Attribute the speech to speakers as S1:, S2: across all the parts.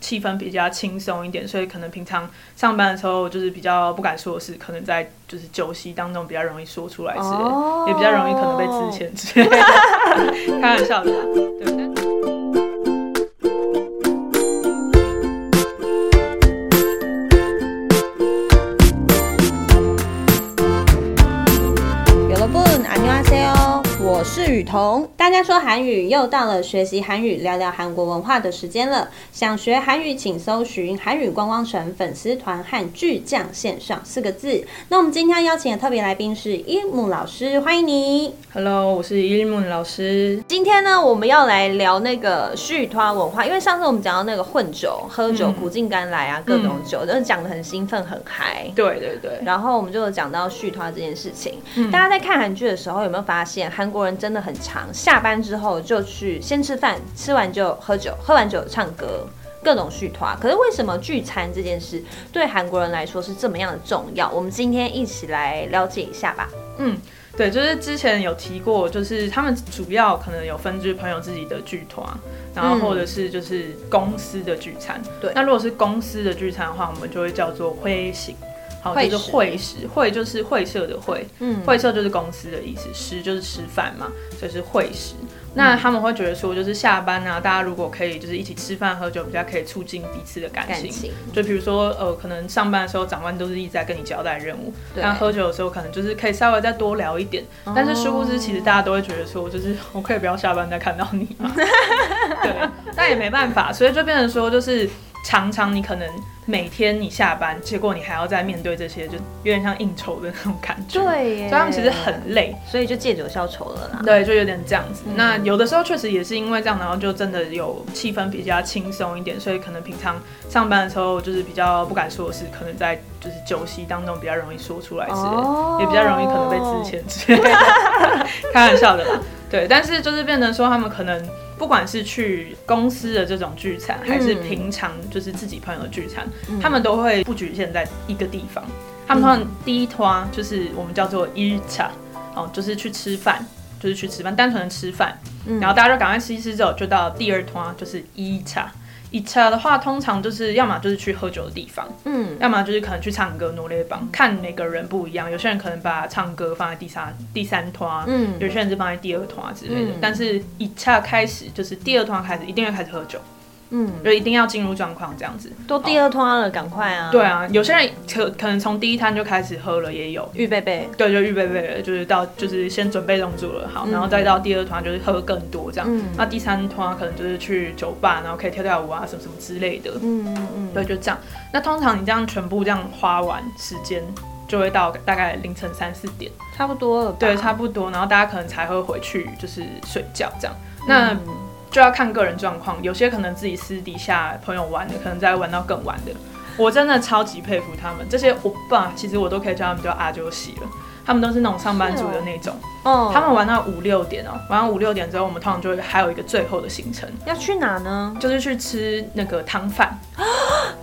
S1: 气氛比较轻松一点，所以可能平常上班的时候就是比较不敢说的事，可能在就是酒席当中比较容易说出来之类的，
S2: 哦
S1: 也比较容易可能被之前之 类的，开玩笑的啦，对。但
S2: 有了不，안녕하세요，我是雨桐。大家说韩语，又到了学习韩语、聊聊韩国文化的时间了。想学韩语，请搜寻“韩语观光城”粉丝团和“巨匠线上”四个字。那我们今天邀请的特别来宾是一木老师，欢迎你。
S1: Hello，我是伊木老师。
S2: 今天呢，我们要来聊那个续团文化，因为上次我们讲到那个混酒、喝酒、
S1: 嗯
S2: 苦尽甘来啊，各种酒，真的讲的很兴奋，很嗨。
S1: 对对对，
S2: 然后我们就有讲到续团这件事情。
S1: 嗯
S2: 大家在看韩剧的时候，有没有发现韩国人真的很长？下班之后就去先吃饭，吃完就喝酒，喝完酒唱歌，各种续团。可是为什么聚餐这件事对韩国人来说是这么样的重要？我们今天一起来了解一下吧。
S1: 对，就是之前有提过，就是他们主要可能有分支朋友自己的剧团，然后或者是就是公司的聚餐。
S2: 对
S1: 那如果是公司的聚餐的话，我们就会叫做会行。好，
S2: 会
S1: 就是
S2: 食
S1: 会食，会就是会社的会，
S2: 嗯
S1: 会社就是公司的意思，食就是吃饭嘛，所以是会食。那
S2: 嗯
S1: 他们会觉得说，就是下班啊，大家如果可以就是一起吃饭喝酒，比较可以促进彼此的感
S2: 感
S1: 情。
S2: 情，
S1: 就比如说，呃，可能上班的时候，长官都是一直在跟你交代任务，
S2: 对哦
S1: 那喝酒的时候，可能就是可以稍微再多聊一点。但是殊不知，其实大家都会觉得说，就是 我可以不要下班再看到你 嘛。对，但也没办法，所以就变成说，就是常常你可能每天你下班，结果你还要再面对这些，就有点像应酬的那种感觉。，
S2: 对
S1: 所
S2: 耶，
S1: 以他们其实很累。
S2: 所以就借酒消愁了啦。嗯
S1: 对，就有点这样子。那有的时候确实也是因为这样，然后就真的有气氛比较轻松一点，所以可能平常上班的时候就是比较不敢说的事，可能在就是酒席当中比较容易说出来之类的，
S2: 哦
S1: 也比较容易可能被之前之类的，开玩笑的啦。对，但是就是变成说他们可能。不管是去公司的这种聚餐，还
S2: 嗯
S1: 是平常就是自己朋友的聚餐，他们都会不局限在一个地方。他们通
S2: 嗯
S1: 常第一团就是我们叫做一茶，哦，就是去吃饭，就是去吃饭，单纯的吃饭，
S2: 嗯
S1: 然后大家就赶快吃一吃之后，就到第二团就是一茶。一茶的话，通常就是要么就是去喝酒的地方，
S2: 嗯，
S1: 要么就是可能去唱歌努力帮，看每个人不一样。有些人可能把唱歌放在第三第三团，
S2: 嗯
S1: 有些人是放在第二团之类的。
S2: 嗯
S1: 但是一茶开始就是第二团开始，一定要开始喝酒，
S2: 嗯，
S1: 就一定要进入状况这样子。
S2: 都第二趟了，赶快啊！
S1: 对，啊，有些人可可能从第一摊就开始喝了，也有。
S2: 预备备。
S1: 对，就预备备了，就是到就是先准备用住了，好，然后再到第二团就是喝更多这样，
S2: 嗯
S1: 那第三团可能就是去酒吧，然后可以跳跳舞啊，什么什么之类的，
S2: 嗯嗯
S1: 对，就这样。那通常你这样全部这样花完时间，就会到大概凌晨三四点，
S2: 嗯，差不多了吧。
S1: 对，差不多，然后大家可能才会回去就是睡觉这样。
S2: 嗯
S1: 那就要看个人状况，有些可能自己私底下朋友玩的，可能在玩到更晚的。我真的超级佩服他们这些欧巴，其实我都可以叫他们叫阿九喜了。他们都是那种上班族的那种，
S2: 哦，
S1: 他们玩到五六点哦、玩到五六点之后，我们通常就会还有一个最后的行程，
S2: 要去哪呢？
S1: 就是去吃那个汤饭，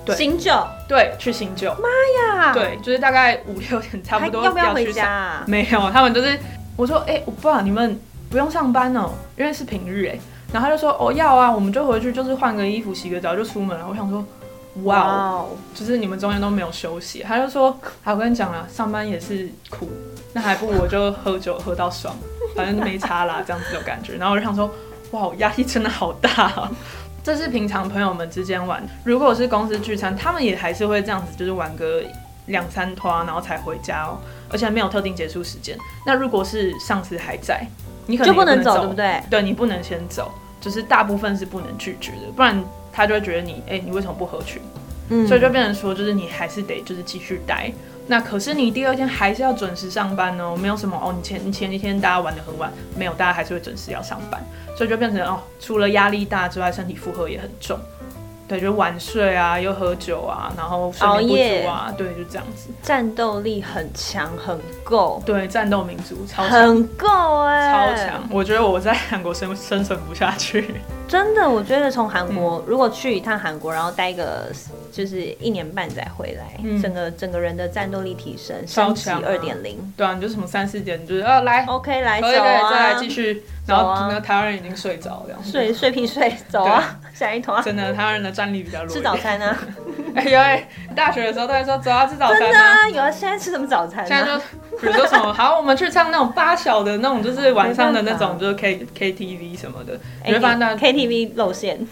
S1: 对
S2: 醒酒
S1: 对，去醒酒，
S2: 啊，，
S1: 对，就是大概五六点差
S2: 还
S1: 不多
S2: 要不要
S1: 去
S2: 回
S1: 上
S2: 家啊？
S1: 没有，他们就是我说，哎、我爸你们不用上班哦，因为是平日哎、然后他就说，哦要啊，我们就回去，就是换个衣服，洗个澡就出门了。我想说，哇哦，
S2: 哦，
S1: 就是你们中间都没有休息。他就说，啊，我跟你讲啦，上班也是苦，那还不如我就喝酒喝到爽，反正没差啦，这样子的感觉。然后我就想说，哇，我压力真的好大、啊。这是平常朋友们之间玩，如果是公司聚餐，他们也还是会这样子，就是玩个两三拖，然后才回家哦，而且没有特定结束时间。那如果是上司还在，你可能
S2: 就
S1: 也不
S2: 不能
S1: 走，
S2: 走，对不？对？
S1: 对你不能先走，就是大部分是不能拒绝的，不然他就会觉得你，哎、你为什么不合群？
S2: 嗯，
S1: 所以就变成说，就是你还是得就是继续待。那可是你第二天还是要准时上班哦，没有什么哦，你前你前几天大家玩的很晚，没有，大家还是会准时要上班，所以就变成哦，除了压力大之外，身体负荷也很重，对，就晚睡啊，又喝酒啊，然后睡眠不足啊，对，就这样子，
S2: 战斗力很强，很够，
S1: 对，战斗民族超强。
S2: 很够哎，
S1: 超强！我觉得我在韩国生生存不下去，
S2: 真的，我觉得从韩国、
S1: 嗯
S2: 如果去一趟韩国，然后待个就是一年半再回来，整个整个人的战斗力提升，升级
S1: 嗯强啊
S2: 二点零。
S1: 对啊，你就什么三四点，你就是啊来，
S2: OK，来哦走
S1: 可以可以
S2: 啊，
S1: 再来继续，然后
S2: 走啊
S1: 那台湾人已经睡着了，
S2: 睡睡屁睡，走啊，下一头啊，
S1: 真的台湾人的战力比较弱。
S2: 吃早，餐啊。
S1: 哎呦哎，大学的时候都在说走啊吃早餐
S2: 真的
S1: 啊。
S2: 啊，有啊，现在吃什么早餐、啊？
S1: 现在就比如说什么，好，我们去唱那种八小的那种，就是晚上的那 种，就是 K K T V 什么的，
S2: 哎
S1: 你会发现大家
S2: KTV 露馅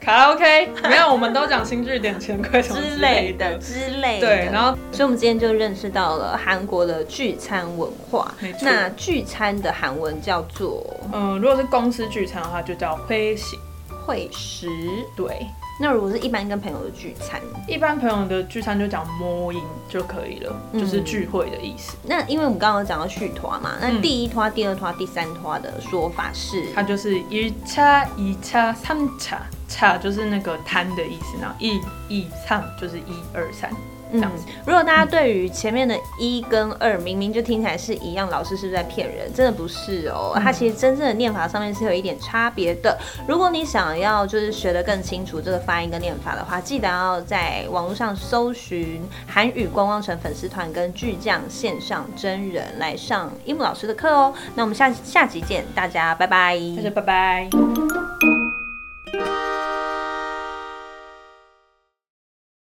S1: 卡拉 OK 没有，我们都讲新据点钱柜什么
S2: 之类
S1: 类
S2: 的。之类的。
S1: 对，然后
S2: 所以我们今天就认识到了韩国的聚餐文化
S1: 没。错
S2: 那聚餐的韩文叫做
S1: 嗯、如果是公司聚餐的话，就叫会席。
S2: 会食。
S1: 对，
S2: 那如果是一般跟朋友的聚餐，
S1: 一般朋友的聚餐就讲摸音就可以了，
S2: 嗯
S1: 就是聚会的意思。
S2: 那因为我们刚刚有讲到续团嘛，
S1: 嗯
S2: 那第一团、第二团、第三团的说法是，
S1: 它就是一叉一叉三叉叉，就是那个摊的意思，然后一一上就是一二三这样子。
S2: 如果大家对于前面的一跟二明明就听起来是一样，老师是不是在骗人？真的不是哦，它其实真正的念法上面是有一点差别的。如果你想要就是学得更清楚这个发音跟念法的话，记得要在网络上搜寻韩语观光城粉丝团跟巨匠线上真人来上樱木老师的课哦。那我们下下集见，大家拜拜。
S1: 那就拜拜。